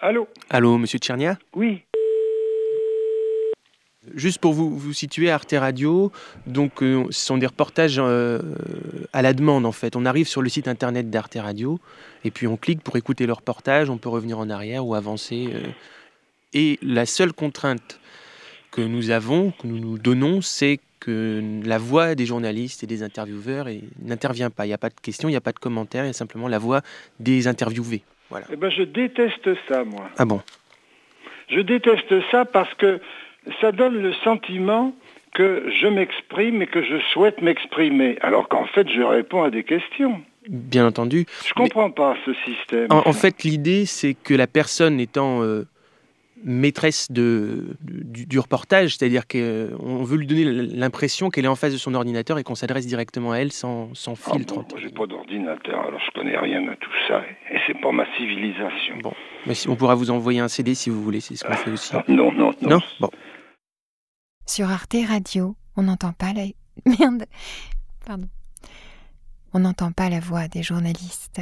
Allô Allô, monsieur Tchernia Oui. Juste pour vous, vous situer à Arte Radio, donc euh, ce sont des reportages euh, à la demande en fait. On arrive sur le site internet d'Arte Radio et puis on clique pour écouter le reportage, on peut revenir en arrière ou avancer. euh. Et la seule contrainte que nous avons, que nous nous donnons, c'est que la voix des journalistes et des intervieweurs eh, n'intervient pas. Il n'y a pas de questions, il n'y a pas de commentaires, il y a simplement la voix des interviewés. Voilà. Eh ben, je déteste ça, moi. Ah bon Je déteste ça parce que ça donne le sentiment que je m'exprime et que je souhaite m'exprimer, alors qu'en fait, je réponds à des questions. Bien entendu. Je comprends pas ce système. En, en fait, l'idée, c'est que la personne étant euh, maîtresse de, du, du reportage, c'est-à-dire qu'on veut lui donner l'impression qu'elle est en face de son ordinateur et qu'on s'adresse directement à elle sans, sans Ah bon, filtre. moi, j'ai pas d'ordinateur, alors je connais rien à tout ça, et c'est pas ma civilisation. Bon, mais si- on pourra vous envoyer un CD si vous voulez, c'est ce qu'on fait aussi. Ah, Non, non, non. Non Bon. Sur Arte Radio, on n'entend pas la... Merde Pardon. On n'entend pas la voix des journalistes